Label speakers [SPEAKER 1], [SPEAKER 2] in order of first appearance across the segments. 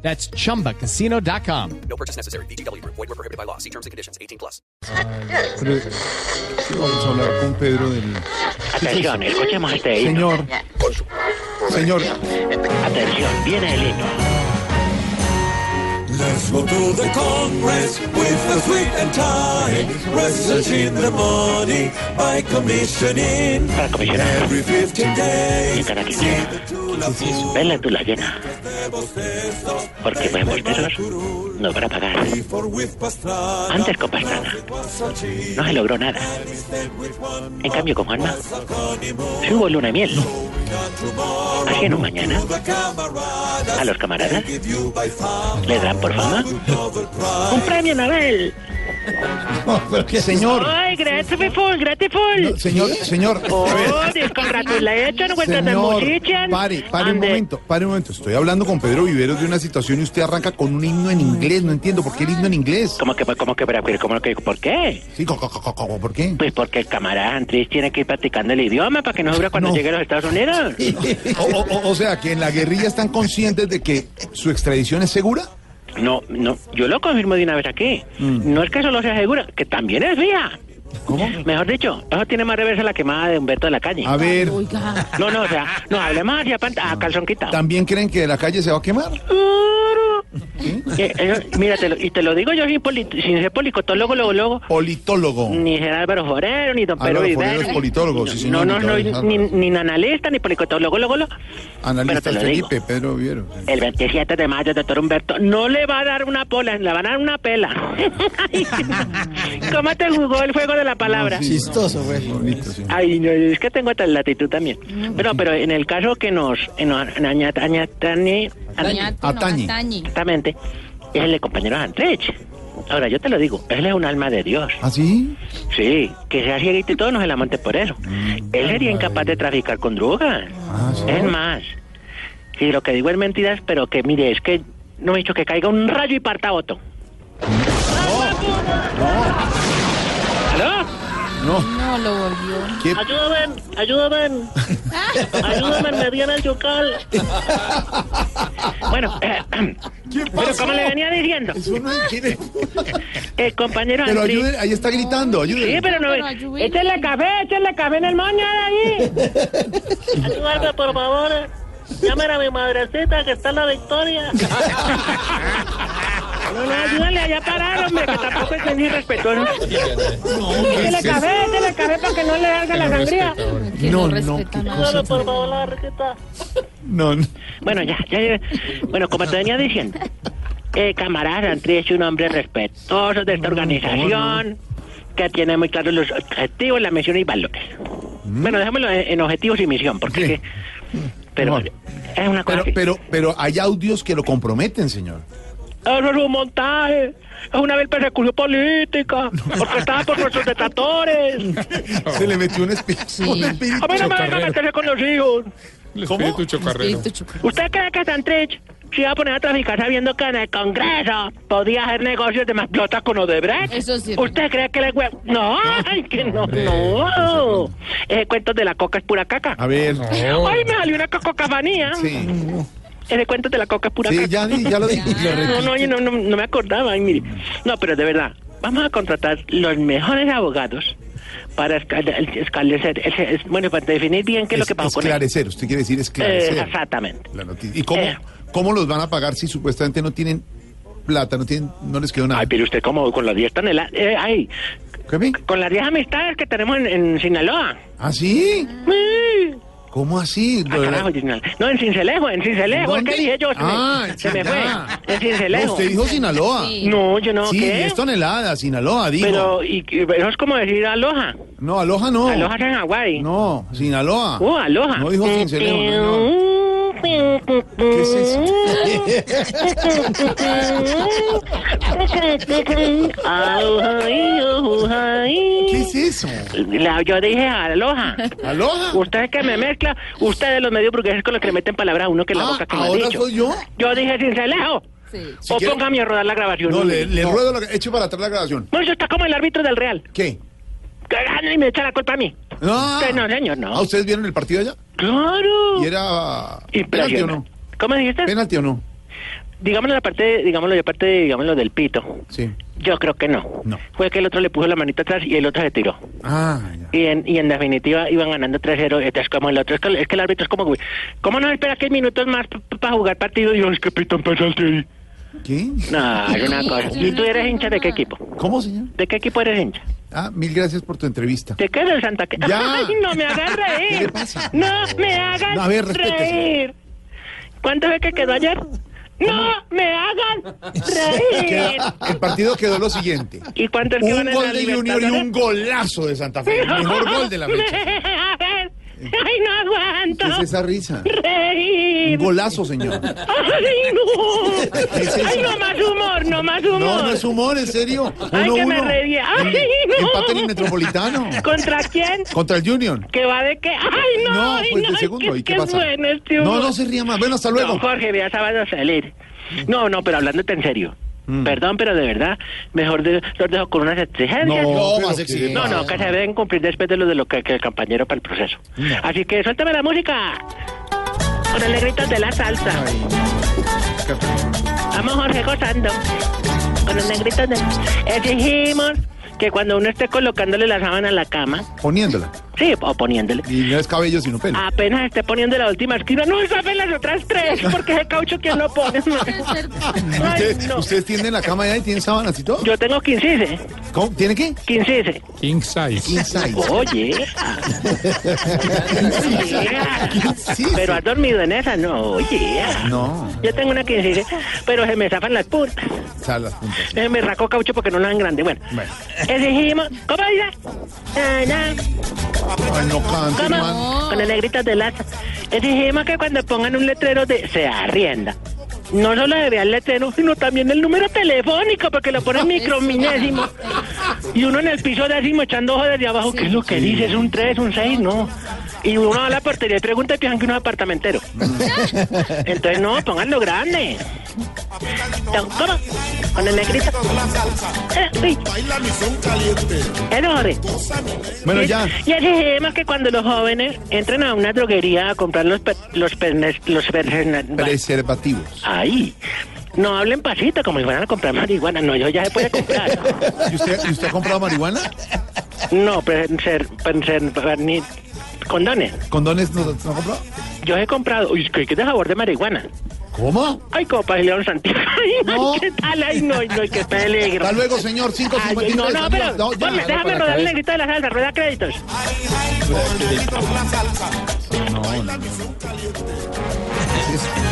[SPEAKER 1] That's chumbacasino.com.
[SPEAKER 2] No purchase necessary. VGW Group. Void were prohibited by law. See terms and conditions. 18 plus.
[SPEAKER 3] Pre- Vamos a hablar con Pedro del...
[SPEAKER 4] Atención, escuchemos este himno.
[SPEAKER 3] Señor, señor,
[SPEAKER 4] Atención, viene el himno.
[SPEAKER 5] Let's go to the Congress with a sweet and tie. Wrestlers in the morning by commissioning.
[SPEAKER 4] Para comisionar.
[SPEAKER 5] Every 15 days.
[SPEAKER 4] Llegar aquí.
[SPEAKER 5] see the Tula Fool.
[SPEAKER 4] Vela tú la llena,
[SPEAKER 5] Vemos esos.
[SPEAKER 4] porque buen bolteros nos van a pagar.
[SPEAKER 5] Before with Pastrana.
[SPEAKER 4] Antes con Pastrana
[SPEAKER 5] Was a cheat.
[SPEAKER 4] no se logró nada.
[SPEAKER 5] Instead with one.
[SPEAKER 4] En cambio con Juanma,
[SPEAKER 5] A honeymoon.
[SPEAKER 4] sí hubo luna y miel.
[SPEAKER 5] Not tomorrow.
[SPEAKER 4] Así en un mañana,
[SPEAKER 5] The camaradas.
[SPEAKER 4] a los camaradas
[SPEAKER 5] Give you by far.
[SPEAKER 4] les dan por fama
[SPEAKER 5] Novel prize.
[SPEAKER 4] un premio Nobel.
[SPEAKER 3] señor,
[SPEAKER 4] ¡Ay, gratiful, gratiful!
[SPEAKER 3] señor, señor. a ver,
[SPEAKER 4] ¡Oh, descongratulación, vuestra
[SPEAKER 3] Señor,
[SPEAKER 4] musician!
[SPEAKER 3] pare, pare un
[SPEAKER 4] Ande.
[SPEAKER 3] momento, pare un momento. Estoy hablando con Pedro Viveros de una situación y usted arranca con un himno en inglés. No entiendo por qué el himno en inglés.
[SPEAKER 4] ¿Cómo que, cómo que, pero, pero, cómo que, por qué?
[SPEAKER 3] Sí, co- co- co- co- ¿Por qué?
[SPEAKER 4] Pues porque el camarada Andrés tiene que ir practicando el idioma para que no sufra cuando
[SPEAKER 3] No.
[SPEAKER 4] llegue a los Estados Unidos.
[SPEAKER 3] O, o- o- o sea, que en la guerrilla están conscientes de que su extradición es segura.
[SPEAKER 4] No, no, yo lo confirmo de una vez aquí. No es que solo sea segura, que también es fija.
[SPEAKER 3] Mm. ¿Cómo?
[SPEAKER 4] Mejor dicho, eso tiene más reversa la quemada de Humberto de la calle.
[SPEAKER 3] A ver,
[SPEAKER 4] No, no, o sea, no hablemos así a, pant- a calzón quitado.
[SPEAKER 3] ¿también creen que de la calle se va a quemar?
[SPEAKER 4] Eh, eh, mira, te lo- y te lo digo yo sin, poli- sin ser policotólogo, luego, luego,
[SPEAKER 3] Politólogo.
[SPEAKER 4] ni ser Álvaro Forero, ni don Pedro
[SPEAKER 3] Álvaro Forero
[SPEAKER 4] Vivero.
[SPEAKER 3] es politólogo, sí,
[SPEAKER 4] No,
[SPEAKER 3] señor,
[SPEAKER 4] no,
[SPEAKER 3] ni
[SPEAKER 4] no,
[SPEAKER 3] Álvaro.
[SPEAKER 4] ni, ni analista, ni policotólogo, luego, luego.
[SPEAKER 3] Analista
[SPEAKER 4] Pero te lo digo.
[SPEAKER 3] Felipe, Pedro Viveros. sí.
[SPEAKER 4] El 27 de mayo, doctor Humberto, no le va a dar una pola, le van a dar una pela. ¿Cómo te jugó el juego de la palabra?
[SPEAKER 3] Chistoso, güey. Bonito, sí.
[SPEAKER 4] Ay, no, es que tengo tal latitud también. Pero, pero en el caso que nos, en, en aña- añatane-
[SPEAKER 6] Atañe, no,
[SPEAKER 3] Atañe.
[SPEAKER 6] atañe.
[SPEAKER 4] Exactamente. Es el de compañero Andrés. Ahora, yo te lo digo, él es un alma de Dios.
[SPEAKER 3] ¿Ah, sí?
[SPEAKER 4] Sí, que sea cieguito y todo, no se la monte por eso. Él sería incapaz de traficar con drogas.
[SPEAKER 3] Mm. Ah, sí.
[SPEAKER 4] Es más, si lo que digo es mentiras, pero que mire, es que no me he dicho que caiga un rayo y parta otro. ¿Aló?
[SPEAKER 3] No,
[SPEAKER 6] No, lo volvió.
[SPEAKER 3] ¿qué?
[SPEAKER 4] Ayúdame, ayúdame. Ayúdame, me viene el yucal. Bueno, eh,
[SPEAKER 3] ¿Qué
[SPEAKER 4] pero como le venía diciendo,
[SPEAKER 3] Eso no es- ¿quién es?
[SPEAKER 4] el compañero
[SPEAKER 3] Pero
[SPEAKER 4] Andrés-
[SPEAKER 3] ayuden, ahí está gritando,
[SPEAKER 4] Sí,
[SPEAKER 3] ayuden.
[SPEAKER 4] pero no.
[SPEAKER 6] Pero ayúdeme.
[SPEAKER 4] Échenle café, échenle café en el moño de ahí. Ayúdame, por favor. Llamen a mi madrecita que está en la victoria. No, no, ayúdale allá a parar, hombre, que tampoco es ni respetuoso. Échale café, échale café para que no le haga la sangría.
[SPEAKER 6] Que
[SPEAKER 3] No,
[SPEAKER 6] no,
[SPEAKER 3] no,
[SPEAKER 6] respeta
[SPEAKER 3] qué
[SPEAKER 6] nada.
[SPEAKER 4] Ayúdame, por favor, la riquita.
[SPEAKER 3] No, no.
[SPEAKER 4] Bueno, ya, ya, ya. Bueno, como te venía diciendo, eh, camarada Andrés es un hombre respetuoso de esta organización que tiene muy claros los objetivos, la misión y valores. Bueno, dejémoslo en, en objetivos y misión, porque
[SPEAKER 3] Mm. Sí.
[SPEAKER 4] es que- Pero
[SPEAKER 3] Mejor.
[SPEAKER 4] es una cosa.
[SPEAKER 3] Pero,
[SPEAKER 4] que-
[SPEAKER 3] pero, pero hay audios que lo comprometen, señor.
[SPEAKER 4] Eso es un montaje. Es una vil persecución política. Porque estaba por nuestros detractores.
[SPEAKER 3] Se le metió un espí- un espíritu.
[SPEAKER 4] A mí no me venga a meterse con los hijos.
[SPEAKER 3] ¿Cómo?
[SPEAKER 6] Espíritu chupa.
[SPEAKER 4] ¿Usted cree que Santrich se iba a poner a traficar sabiendo que en el Congreso podía hacer negocios de más plata con Odebrecht?
[SPEAKER 6] Eso es cierto.
[SPEAKER 4] ¿Usted cree que le hue... No, ay, que no, no. Ese cuento de la coca es pura caca.
[SPEAKER 3] A ver.
[SPEAKER 7] Oh,
[SPEAKER 4] Ay, me salió una cococafanía.
[SPEAKER 3] Sí,
[SPEAKER 4] Ese cuento de la coca es pura
[SPEAKER 3] sí
[SPEAKER 4] caca.
[SPEAKER 3] ya, di- ya lo dije.
[SPEAKER 4] No, no, yo no, no, no me acordaba. Ay, mire. No, pero de verdad, vamos a contratar los mejores abogados para escal- esclarecer, es- es- bueno, para definir bien qué es lo que pasó con él.
[SPEAKER 3] esclarecer, usted quiere decir
[SPEAKER 4] Eh,
[SPEAKER 3] esclarecer.
[SPEAKER 4] exactamente.
[SPEAKER 3] la noticia. ¿Y cómo,
[SPEAKER 4] Eh.
[SPEAKER 3] cómo los van a pagar si supuestamente no tienen plata, no tienen, no les quedó nada?
[SPEAKER 4] Ay, pero usted como con las 10 toneladas. Eh, ay,
[SPEAKER 3] ¿Qué me?
[SPEAKER 4] con las 10 amistades que tenemos en, en Sinaloa.
[SPEAKER 3] ¿Ah, sí?
[SPEAKER 4] Mm.
[SPEAKER 3] ¿Cómo así?
[SPEAKER 4] Ah,
[SPEAKER 3] Lo de la-
[SPEAKER 4] carajo, Sinaloa. no, en Cincelejo, en Cincelejo.
[SPEAKER 3] ¿Dónde?
[SPEAKER 4] ¿Qué dije yo? Se me,
[SPEAKER 3] Ah,
[SPEAKER 4] se me
[SPEAKER 3] ya.
[SPEAKER 4] fue. En
[SPEAKER 3] No,
[SPEAKER 4] Cincelejo.
[SPEAKER 3] usted dijo Sinaloa.
[SPEAKER 6] Sí.
[SPEAKER 4] No, yo no.
[SPEAKER 3] Sí,
[SPEAKER 4] ¿qué?
[SPEAKER 3] 10 toneladas, Sinaloa, dijo.
[SPEAKER 4] Pero y, y- eso es como decir aloja.
[SPEAKER 3] No, Aloha no.
[SPEAKER 4] Aloja es en Hawái.
[SPEAKER 3] No, Sinaloa.
[SPEAKER 4] Oh, aloja.
[SPEAKER 3] No dijo Cincelejo. no, no.
[SPEAKER 4] Mm,
[SPEAKER 3] ¿Qué es eso? ¿Qué es eso?
[SPEAKER 4] La- yo dije aloja.
[SPEAKER 3] ¿Aloha?
[SPEAKER 4] Usted que me mezcla, usted de los medios burgueses con los que le meten palabra a uno que en la
[SPEAKER 3] Ah,
[SPEAKER 4] boca que me ha
[SPEAKER 3] ¿ahora
[SPEAKER 4] dicho.
[SPEAKER 3] soy yo?
[SPEAKER 4] Yo dije cincelejo.
[SPEAKER 6] Sí.
[SPEAKER 3] Si
[SPEAKER 4] o
[SPEAKER 3] quiere-
[SPEAKER 4] póngame a rodar la grabación.
[SPEAKER 3] No, le, le ruedo la... Eche para atrás la grabación.
[SPEAKER 4] No, eso está como el árbitro del Real.
[SPEAKER 3] ¿Qué?
[SPEAKER 4] Que gana y me echa la culpa a mí.
[SPEAKER 3] No.
[SPEAKER 4] Que Pues no, señor, no.
[SPEAKER 3] ¿Ah, ustedes vieron el partido allá?
[SPEAKER 4] Claro.
[SPEAKER 3] ¿Y era penalti o no?
[SPEAKER 4] Impresionante. ¿Cómo dijiste?
[SPEAKER 3] ¿Penalti o no?
[SPEAKER 4] Digámoslo la parte, digámoslo la parte, digámoslo del pito.
[SPEAKER 3] Sí.
[SPEAKER 4] Yo creo que no.
[SPEAKER 3] No.
[SPEAKER 4] Fue que el otro le puso la manita atrás y el otro se tiró.
[SPEAKER 3] Ah, ya.
[SPEAKER 4] Y en, y en definitiva iban ganando 3-0. Este es como el otro. Es que, es que el árbitro es como, güey, ¿Cómo no espera que hay minutos más para jugar partido? Y yo, es que pitan penalti ahí.
[SPEAKER 3] ¿Qué?
[SPEAKER 4] No, es una cosa. ¿Y tú eres hincha de qué equipo?
[SPEAKER 3] ¿Cómo, señor?
[SPEAKER 4] ¿De qué equipo eres hincha?
[SPEAKER 3] Ah, mil gracias por tu entrevista.
[SPEAKER 4] ¿De qué del Santa Clara?
[SPEAKER 3] Ya.
[SPEAKER 4] ¡Ay, no me hagas reír!
[SPEAKER 3] ¿Qué le pasa?
[SPEAKER 4] ¡No me hagas
[SPEAKER 3] No, a ver, respétese.
[SPEAKER 4] reír! ¿Cuánto fue que quedó ayer? ¡No me hagan reír!
[SPEAKER 3] Queda- el partido quedó lo siguiente.
[SPEAKER 4] ¿Y cuánto es que van
[SPEAKER 3] Un
[SPEAKER 4] en la
[SPEAKER 3] gol de Junior y
[SPEAKER 4] Libertadores?
[SPEAKER 3] un golazo de Santa Fe. El mejor gol de la fecha.
[SPEAKER 4] A ver, ¡Ay, no aguanto!
[SPEAKER 3] ¿Qué es esa risa?
[SPEAKER 4] ¡Reír!
[SPEAKER 3] Un golazo, señor.
[SPEAKER 4] ¡Ay, no!
[SPEAKER 3] ¿Qué es eso?
[SPEAKER 4] ¡Ay, no más humor, no más humor!
[SPEAKER 3] No, no es humor, en serio.
[SPEAKER 4] ¡Ay,
[SPEAKER 3] Uno,
[SPEAKER 4] que me
[SPEAKER 3] uno.
[SPEAKER 4] reía! ¡Ay, no!
[SPEAKER 3] Empate en el Metropolitano.
[SPEAKER 4] ¿Contra quién?
[SPEAKER 3] Contra el Junior.
[SPEAKER 4] ¿Que va de qué? ¡Ay, no!
[SPEAKER 3] No,
[SPEAKER 4] ay,
[SPEAKER 3] pues
[SPEAKER 4] no,
[SPEAKER 3] de
[SPEAKER 4] ay,
[SPEAKER 3] segundo.
[SPEAKER 4] qué-
[SPEAKER 3] ¿Y qué
[SPEAKER 4] qué
[SPEAKER 3] pasa?
[SPEAKER 4] bueno este
[SPEAKER 3] No,
[SPEAKER 4] humor.
[SPEAKER 3] no se ría más. Bueno, hasta luego.
[SPEAKER 4] No, Jorge, ya sabes a salir. No, no, pero hablándote en serio.
[SPEAKER 3] Mm.
[SPEAKER 4] Perdón, pero de verdad, mejor de- los dejo con unas exigencias.
[SPEAKER 3] No,
[SPEAKER 4] Pero-
[SPEAKER 3] más exigencias.
[SPEAKER 4] No, no, que se deben cumplir después de lo de lo que, que el compañero para el proceso. Así que suéltame la música. Con el negrito de la salsa. Vamos, Jorge, gozando. Con el negrito de... Exigimos que cuando uno esté colocándole la sábana a la cama,
[SPEAKER 3] Poniéndola.
[SPEAKER 4] sí, o poniéndole,
[SPEAKER 3] Y no es cabello, sino pelo.
[SPEAKER 4] Apenas esté poniendo la última esquina. No, saben las otras tres, porque ese caucho, ¿quién lo pone? Ay,
[SPEAKER 3] ¿Ustedes,
[SPEAKER 4] no.
[SPEAKER 3] ustedes tienden la cama allá y tienen sábanas y todo?
[SPEAKER 4] Yo tengo 15,
[SPEAKER 3] ¿Cómo? ¿Tiene qué?
[SPEAKER 4] 15.
[SPEAKER 7] King size.
[SPEAKER 3] Inside.
[SPEAKER 4] Oye,
[SPEAKER 3] Sí,
[SPEAKER 4] pero has dormido en esa, no, oye.
[SPEAKER 3] No,
[SPEAKER 4] Yo tengo una 15, pero se me zafan las puntas.
[SPEAKER 3] sal las puntas.
[SPEAKER 4] Se me racó caucho porque no la dan grande. Bueno,
[SPEAKER 3] Bueno.
[SPEAKER 4] exigimos. ¿Cómo dice? Ah, no.
[SPEAKER 3] Ay, no cante,
[SPEAKER 4] ¿Cómo?
[SPEAKER 3] hermano.
[SPEAKER 4] Con las negritas de laza. Exigimos que cuando pongan un letrero de se arrienda. No solo debe el letrero, sino también el número telefónico, porque lo ponen microminésimo. Y uno en el piso décimo echando ojo desde abajo, ¿qué es lo que dice? ¿Es un 3, un 6? No. Y uno va a la portería y pregunta y piensan que uno es apartamentero. Entonces, no, pónganlo grande. Entonces, ¿Cómo? Con el negrito. Eh, uy. Eh, no, Jorge.
[SPEAKER 3] Bueno, ya.
[SPEAKER 4] Y exigimos que cuando los jóvenes entren a una droguería a comprar los pe- los pernes- los pernes-
[SPEAKER 3] Preservativos.
[SPEAKER 4] Ahí. No hablen pasito como si fueran a comprar marihuana. No, yo ya se puede comprar.
[SPEAKER 3] ¿Y usted, y usted ha comprado marihuana?
[SPEAKER 4] No, preser- preser- perni- condones.
[SPEAKER 3] ¿Condones no, no ha comprado?
[SPEAKER 4] Yo he comprado. Uy, ¿qué qué de sabor de marihuana?
[SPEAKER 3] ¿Cómo?
[SPEAKER 4] Ay, copa de León Santiago. Ay,
[SPEAKER 3] No.
[SPEAKER 4] ay, ¿qué tal? Ay, no, ay, no, ay, qué peligro.
[SPEAKER 3] Hasta luego, señor.
[SPEAKER 4] Ay,
[SPEAKER 3] 553.
[SPEAKER 4] no, no, pero.
[SPEAKER 3] No, ya,
[SPEAKER 4] ponme,
[SPEAKER 3] no,
[SPEAKER 4] déjame
[SPEAKER 3] para
[SPEAKER 4] rodar el
[SPEAKER 3] cabeza.
[SPEAKER 4] negrito de la salsa, rueda créditos.
[SPEAKER 3] No, no, no. ¿Qué es eso?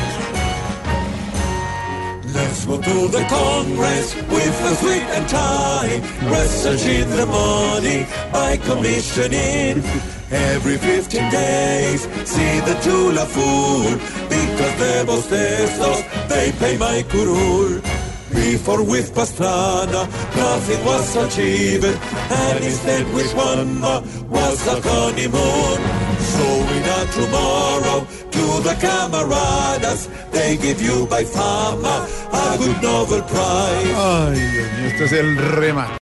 [SPEAKER 5] Let's go to the Congress with the sweet and tie. Research in the money by commissioning. Every 15 days, see the Tula fool. Because they're both pesos, they pay my curul. Before with Pastrana, nothing was achieved. And instead with Wanda was a honeymoon. Showing out tomorrow to the camaradas. They give you by fama a good Nobel Prize.
[SPEAKER 3] Ay, Dios mío, este es el remate.